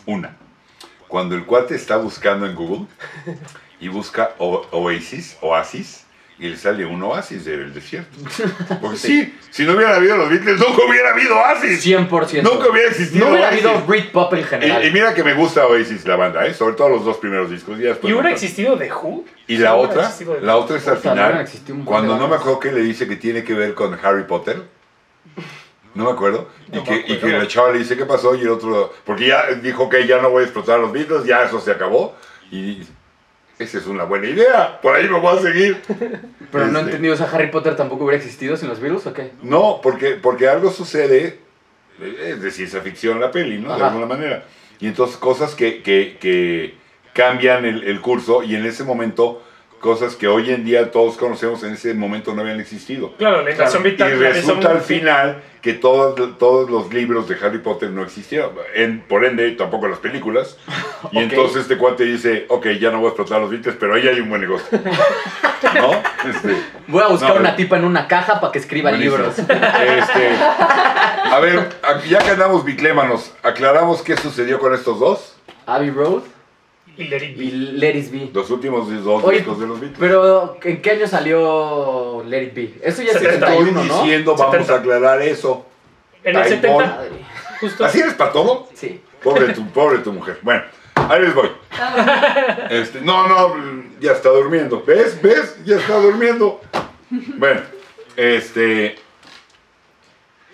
Una, cuando el cuate está buscando en Google y busca O- Oasis, Oasis, y le sale un Oasis del desierto. Porque sí, si no hubiera habido los Beatles, nunca hubiera habido Oasis. 100%. Nunca hubiera existido No hubiera Oasis. habido Britpop en Y, general. y mira que me gusta Oasis la banda, ¿eh? sobre todo los dos primeros discos. Y, después ¿Y hubiera me- existido The Who? y Sí, la hubiera otra, existido The la Who. otra es al O sea, no final, existió un cuando no me montón de acuerdo que le dice que tiene que ver con Harry Potter. No me acuerdo. Y, No me que, y acuerdo. que la chava le dice, ¿qué pasó? Y el otro, porque ya dijo que ya no voy a explotar los Beatles, ya eso se acabó. Y esa es una buena idea, por ahí me voy a seguir. Pero Este, no he entendido, o sea, Harry Potter tampoco hubiera existido sin los virus o qué. No, porque, porque algo sucede, es de ciencia ficción la peli, ¿no? De Ajá. alguna manera. Y entonces cosas que, que- que cambian el, el curso y en ese momento cosas que hoy en día todos conocemos en ese momento no habían existido. Claro, la invasión Y vital. la invasión- resulta al final que todos, todos los libros de Harry Potter no existieron, en- por ende tampoco las películas. Y Ok. entonces este cuate dice, ok, ya no voy a explotar los Beatles, pero ahí hay un buen negocio. ¿No? Este, Voy a buscar No, una pero- tipa en una caja para que escriba Buenísimo. libros. Este, a ver, a- ya que andamos biclémanos, aclaramos qué sucedió con estos dos, Abbey Road y Let It Be. y Let It Be. los últimos dos Oye, discos de los Beatles. Pero, ¿en qué año salió Let It Be? Eso ya es Te 70, estoy 71, ¿no? diciendo, vamos 70. a aclarar eso. En el Taibón. 70, Madre. justo. ¿Así eres para todo? Sí. Pobre tu, pobre tu mujer. Bueno, ahí les voy. Este, no, no, ya está durmiendo. ¿Ves? ¿Ves? Ya está durmiendo. Bueno, este.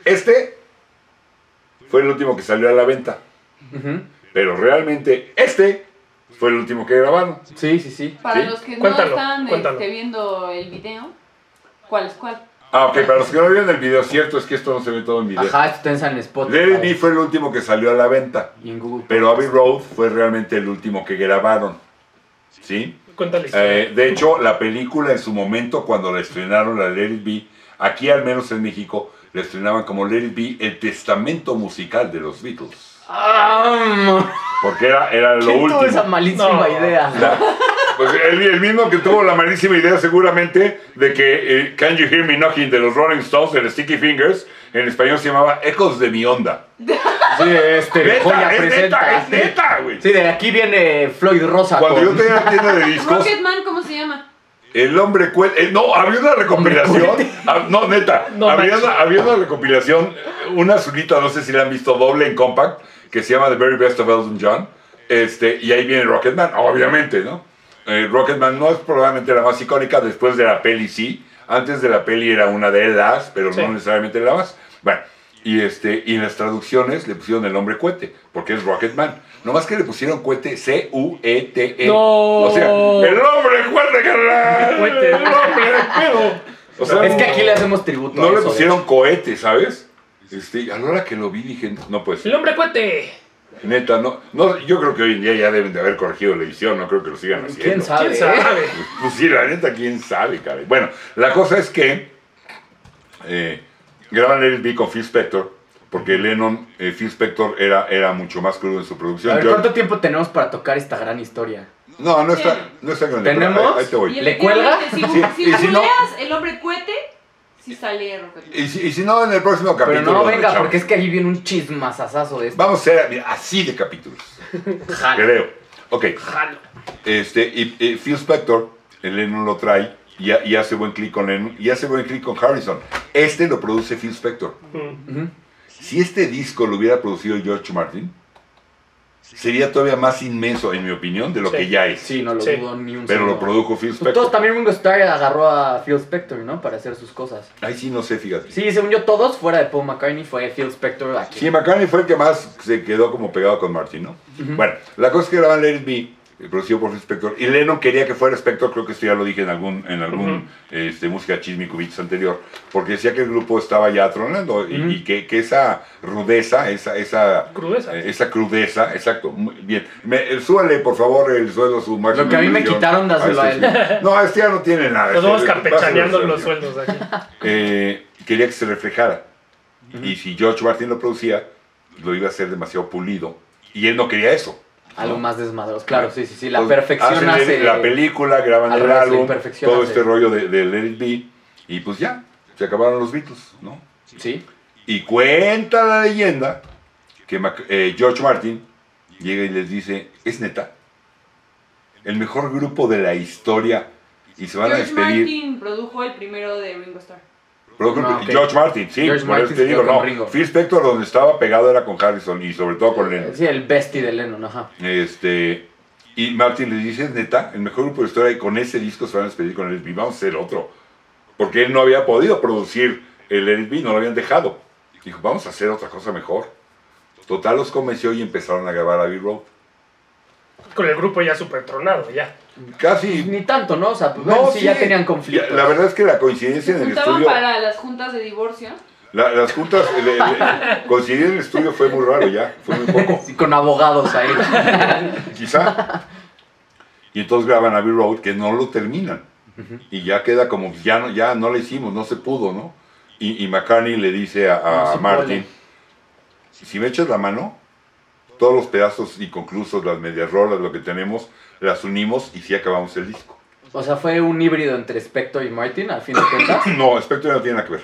Este fue el último que salió a la venta. Ujú. Pero realmente este fue el último que grabaron. Sí, sí, sí. Para ¿Sí? los que Cuéntalo, no están cuéntalo. este, viendo el video, ¿cuál es cuál? Ah, ok, para los que no vieron el video, cierto es que esto no se ve todo en video. Ajá, esto está en Spotify. Let It Be fue el último que salió a la venta. Y en Google. Pero Abbey Road fue realmente el último que grabaron. ¿Sí? Cuéntale. Eh, de hecho, la película en su momento, cuando la estrenaron, la Let It Be, aquí al menos en México, la estrenaban como Let It Be, el testamento musical de los Beatles. ¡Ah! Porque era, era lo ¿Quién tuvo esa último. malísima No. idea? La- pues el, el mismo que tuvo la malísima idea seguramente de que eh, Can You Hear Me Knocking de los Rolling Stones, el Sticky Fingers, en español se llamaba Ecos de mi onda. Sí, este, Neta, joya es presenta. neta, es neta, güey. Sí, de aquí viene Floyd Rosa. Cuando yo con- tenía la tienda de discos, Rocketman, ¿cómo se llama? El hombre cuel... eh, no, había una recopilación. Hombre Ah, no, neta. No había, manches. una, había una recopilación, eh, una azulita, no sé si la han visto, doble en compact, que se llama The Very Best of Elton John. Este, y ahí viene Rocketman, obviamente, ¿no? Eh, Rocketman no es probablemente la más icónica, después de la peli sí. Antes de la peli era una de las, pero Sí. no necesariamente la más. Bueno, y, este, y en las traducciones le pusieron el nombre cohete, porque es Rocketman. Nomás que le pusieron cohete C-U-E-T-E. E No. O sea, el hombre cohete, carnal. Cohete. El hombre, pero. O sea, Es que aquí le hacemos tributo. No a le eso, pusieron cohete, ¿sabes? Este, a la hora que lo vi dije, no pues, El hombre cuete. neta, no, no, yo creo que hoy en día ya deben de haber corregido la edición, no creo que lo sigan de hecho. haciendo. ¿Quién sabe? ¿Quién sabe? Pues sí, la neta, quién sabe, caray. Bueno, la cosa es que eh, graban Let It Be con Phil Spector, porque Lennon, eh, Phil Spector era, era mucho más crudo en su A producción. ver, Yo- ¿cuánto tiempo tenemos para tocar esta gran historia? no, no está, no está grande. pero ¿Tenemos? Ahí, ahí te voy. Y ¿Le cuelga? efectivamente, Si, Sí, si y si no- googleas el hombre cohete, si sale Rocketman. Y si, y si no, en el próximo capítulo. Pero no, lo venga, echamos. porque es que ahí viene un chismazazazo de esto. Vamos a hacer mira, así de capítulos, Jalo. creo. Ok, Jalo. este, y, y Phil Spector, el Lennon lo trae y, ha- y hace buen clic con Lennon y hace buen clic con Harrison. Este lo produce Phil Spector. Mm. Ujú. Si este disco lo hubiera producido George Martin, sería todavía más inmenso, en mi opinión, de lo Sí. que ya es. Sí, no lo Sí. dudo ni un Pero lo segundo. produjo Phil Pues todos Spector. también Ringo Starr agarró a Phil Spector, ¿no? Para hacer sus cosas. Ahí sí no sé, fíjate. Sí, según yo, todos fuera de Paul McCartney fue Phil Spector aquí. Sí, McCartney fue el que más se quedó como pegado con Martin, ¿no? Ujú. Bueno, la cosa es que graban Let It Be, eh, producido por Phil Spector, y Lennon quería que fuera Spector, creo que esto ya lo dije en algún, en algún Ujú. este, música chismicubits anterior, porque decía que el grupo estaba ya tronando y, Ujú. y que, que esa rudeza, esa, esa, Crudeza. eh, esa crudeza, exacto, muy bien. Me, eh, súbale, por favor, el sueldo a su máximo. Lo que a mí me millón. quitaron, dáselo Ah, este a sí. No, este ya no tiene nada. Nos este, vamos pásalo, campechaneando pásalo. los sueldos aquí. Eh, quería que se reflejara. Y si George Martin lo producía, lo iba a hacer demasiado pulido. Y él no quería eso. Algo más desmadroso. Claro, sí, sí, sí. La Entonces, perfección Pues, hacen hace. la película, graban al el revés, la álbum, imperfección todo hace- este rollo de, de Let It Be, y pues ya, se acabaron los Beatles, ¿no? Sí. Y cuenta la leyenda que Mac- eh, George Martin llega y les dice, es neta, el mejor grupo de la historia, y se van a George despedir. Martin produjo el primero de Ringo Starr. Produjo- Ah, ok. George Martin, sí, George por eso Martin te se digo, quedó con no, Ringo. Phil Spector donde estaba pegado era con Harrison y sobre todo con Lennon. Sí, el bestie de Lennon, ajá. Este, y Martin le dice, "Es neta, el mejor grupo de historia y con ese disco se van a despedir con el vamos a hacer otro. Porque él no había podido producir el LB, no lo habían dejado. Dijo, vamos a hacer otra cosa mejor. Total los convenció y empezaron a grabar Abbey Road. Con el grupo ya super tronado, ya. Casi... Ni tanto, ¿no? O sea, pues, bueno, sí, ya tenían conflictos. Ya, La verdad es que la coincidencia Se en el juntaban estudio... para las juntas de divorcio. la- las juntas... le- le- coincidir en el estudio fue muy raro ya, fue muy poco. Sí, con abogados ahí. quizá. Y entonces graban Abbey Road que no lo terminan. Y ya queda como, ya no, ya no lo hicimos, no se pudo, ¿no? Y, y McCartney le dice a, a No se Martin, si me echas la mano, todos los pedazos inconclusos, las medias rolas, lo que tenemos, las unimos y sí acabamos el disco. O sea, fue un híbrido entre Spector y Martin, al fin de cuentas. No, Spectre no tiene nada que ver.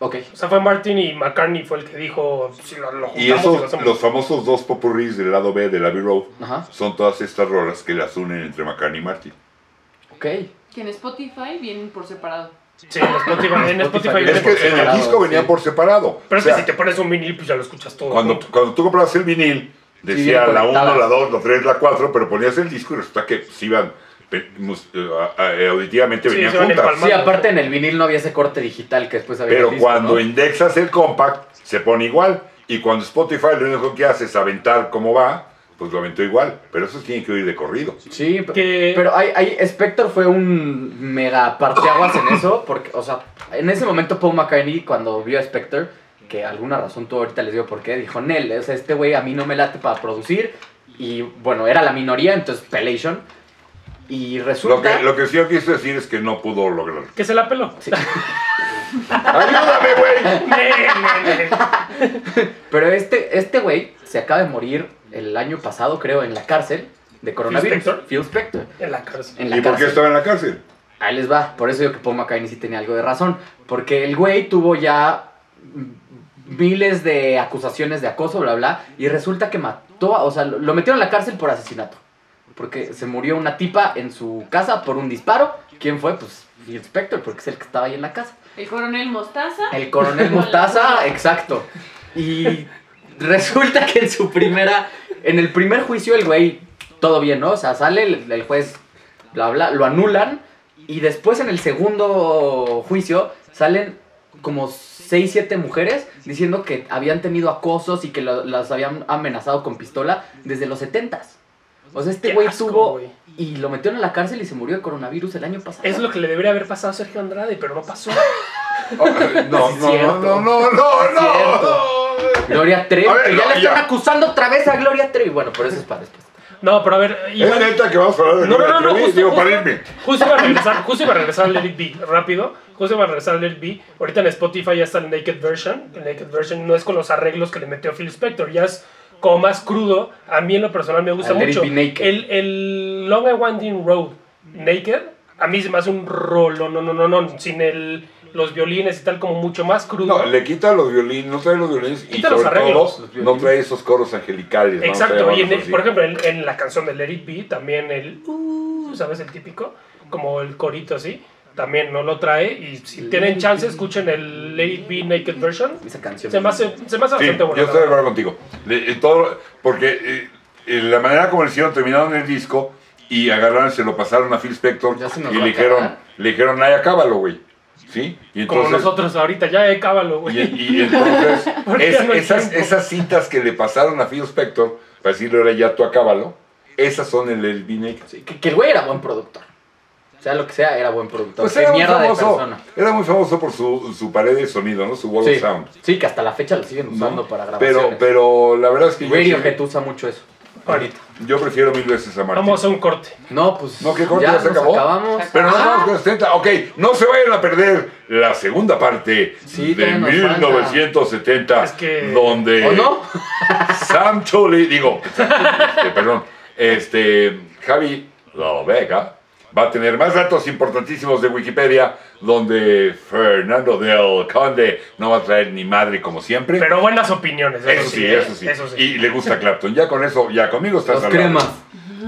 Ok. O sea, fue Martin y McCartney fue el que dijo, si lo, lo juntamos Y y lo esos, hacemos. los famosos dos popurris del lado B del Abbey Road, Ajá. son todas estas rolas que las unen entre McCartney y Martin. Ok. Que en Spotify vienen por separado. Sí, en Spotify. En Spotify Es Es viene por que en el separado, disco venía sí. por separado. Pero O es sea, que si te pones un vinil, pues ya lo escuchas todo. cuando, junto. cuando tú comprabas el vinil, decía vienen la 1, conectadas. la 2, la 3, la 4, pero ponías el disco y resulta que se iban pe- mus- eh, a- a- eh, auditivamente Sí, venían se van juntas. empalmando. Sí, aparte en el vinil no había ese corte digital que después había. en el Pero disco, cuando ¿no? indexas el compact, se pone igual. Y cuando Spotify lo único que hace es aventar cómo va, pues lo aventó igual. Pero eso tiene que oír de corrido. Sí, pe- Que- pero hay, hay, Spector fue un mega parteaguas en eso, porque, o sea, en ese momento Paul McCartney, cuando vio a Spector, que alguna razón tú ahorita les digo por qué, dijo, Nel, o sea, este güey a mí no me late para producir, y bueno, era la minoría, entonces Pelation, y resulta... Lo que, lo que sí yo quiso decir es que no pudo lograrlo. Que se la peló. Sí. ¡Ayúdame, güey! Ne, ne, ne. Pero este este güey se acaba de morir el año pasado, creo, en la cárcel de coronavirus. Spector? Phil Spector. En la cárcel. En la ¿Y por qué cárcel. estaba en la cárcel? Ahí les va, por eso yo que Paul McCartney sí tenía algo de razón, porque el güey tuvo ya mm, miles de acusaciones de acoso, bla, bla, y resulta que mató, a- o sea, lo lo metieron a la cárcel por asesinato, porque se murió una tipa en su casa por un disparo, ¿quién fue? Pues el inspector, porque es el que estaba ahí en la casa. El coronel Mostaza. Ah, El coronel Mostaza, exacto. Y resulta que en su primera, en el primer juicio el güey, todo bien, ¿no? O sea, sale el, el juez, bla, bla, lo anulan. Y después en el segundo juicio salen como 6, 7 mujeres diciendo que habían tenido acosos y que lo- las habían amenazado con pistola desde los 70s. O sea, este Qué güey asco, tuvo güey. y lo metieron a la cárcel y se murió de coronavirus el año pasado. Es lo que le debería haber pasado a Sergio Andrade, pero no pasó. Oh, no, es no, no, cierto. no, no, no, cierto. Gloria Trevi, A ver, que ya no, le están ya. acusando otra vez a Gloria Trevi. Bueno, pero eso es para después. No, pero a ver, Es igual. neta que vamos a hablar de No, no, Gloria no, no, Trevi, justo, digo, justo. para irme. Justo iba a regresar, justo iba a regresar al Let It Be, rápido. Justo iba a regresar al Let It Be. Ahorita en Spotify ya está el Naked Version. El Naked Version no es con los arreglos que le metió Phil Spector, ya es como más crudo. A mí en lo personal me gusta Al Let It mucho. Be Naked. El, el Long and Winding Road Naked, a mí se me hace un rolo, no, no, no, no, sin el, los violines y tal, como mucho más crudo. No, le quita los violines, no trae los violines y Quita los sobre arreglos. todo no trae esos coros angelicales. ¿no? Exacto, O sea, y en el- así. por ejemplo, en, en la canción de Let It Be, también el uh, ¿sabes? El típico, como el corito así, también no lo trae. Y si tienen chance, escuchen el Let It Be Naked Version. Esa canción. Se me hace, se me hace Sí, bastante yo bueno. estoy de acuerdo contigo. Le- eh, todo, porque eh, eh, la manera como lo hicieron, terminaron el disco y agarraron, se lo pasaron a Phil Spector Ya se nos y va le a dijeron, acabar. le dijeron, ay, acábalo, güey. ¿Sí? Y Como entonces, nosotros ahorita, ya eh, cábalo, y, güey. y entonces Porque es- ya no hay esas, tiempo. esas cintas que le pasaron a Phil Spector para decirle, ahora ya tú acábalo, esas son el Elvin Naked. Sí, Que, que el güey era buen productor. O sea, lo que sea, era buen productor. Pues Qué era muy, mierda de famoso, persona. era muy famoso por su, su pared de sonido, ¿no? Su wall Sí, of sound. sí, que hasta la fecha lo siguen ¿no? usando para pero, grabaciones. pero la verdad es que yo, Radiohead usa mucho eso. Ahorita. yo prefiero mil veces a Martín. Vamos Ah. a un corte. No, pues No, ¿qué corte? ya ¿Ya se nos acabó? acabamos. Ah, Pero no vamos con los 70. Ok, no se vayan a perder la segunda parte Sí, de todavía nos falta. 1970, Es que- donde ¿O no? Sam Tully, digo, Sam Tully, este, perdón, este, Javi La Vega va a tener más datos importantísimos de Wikipedia, donde Fernando del Conde no va a traer ni madre como siempre. Pero buenas opiniones. eso sí, ¿eh? eso sí. Y le gusta Clapton. Ya con eso, ya conmigo estás Los hablando. cremas.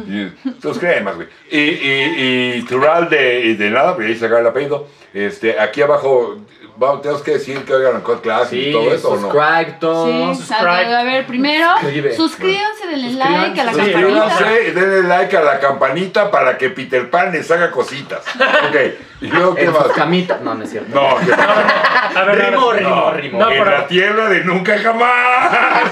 Y- Tus cremas, güey. Y, y, y Tural de, y de nada, porque ahí se acaba el apellido. Este, aquí abajo, vamos, tenemos que decir que oigan Cod Class y Sí, todo eso, ¿o no? subscribe todo. Sí, subscribe. salga. A ver, primero, Suscribe. suscríbanse, denle Suscríbanse, like a la suscríbanse. campanita. Suscríbanse y denle like a la campanita para que Peter Pan les haga cositas. Ok, y luego, ¿qué En más? sus camitas. No, no es cierto. No, ¿qué más? A ver, Rimo, ahora sí. rimo, No, rimo. No, en pero- la tierra de nunca jamás.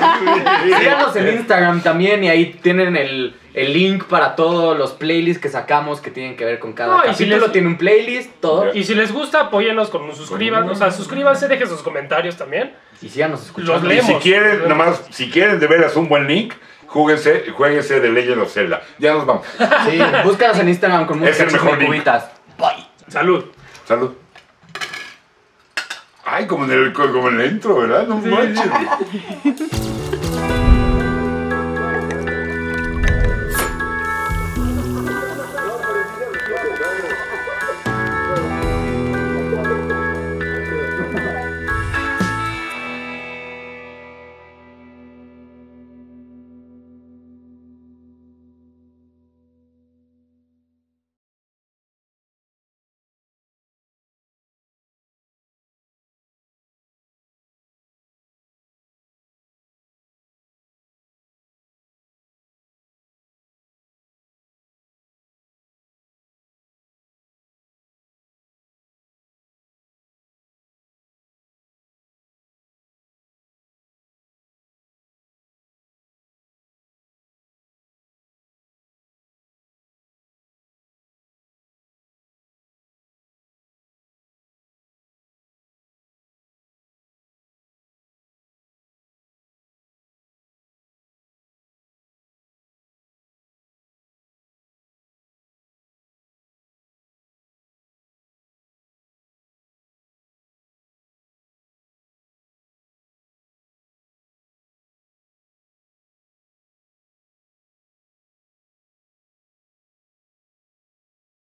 Síganos en Instagram también y ahí tienen el, el link para todos los playlists que sacamos que tienen que ver con cada No, y si capítulo. les- Tiene un playlist, todo. Ya. Y si les gusta, apóyenos con un suscriban. O sea, suscríbanse, dejen sus comentarios también. Y síganos escuchando. Los Y leemos. si quieren, nomás, si quieren de veras un buen link, júguense, jueguense de Legend of Zelda. Ya nos vamos. Sí, búscanos en Instagram con Es el música chisme mejor y link. cubitas. Salud. Salud. Ay, como en el, como en el intro, ¿verdad? No manches.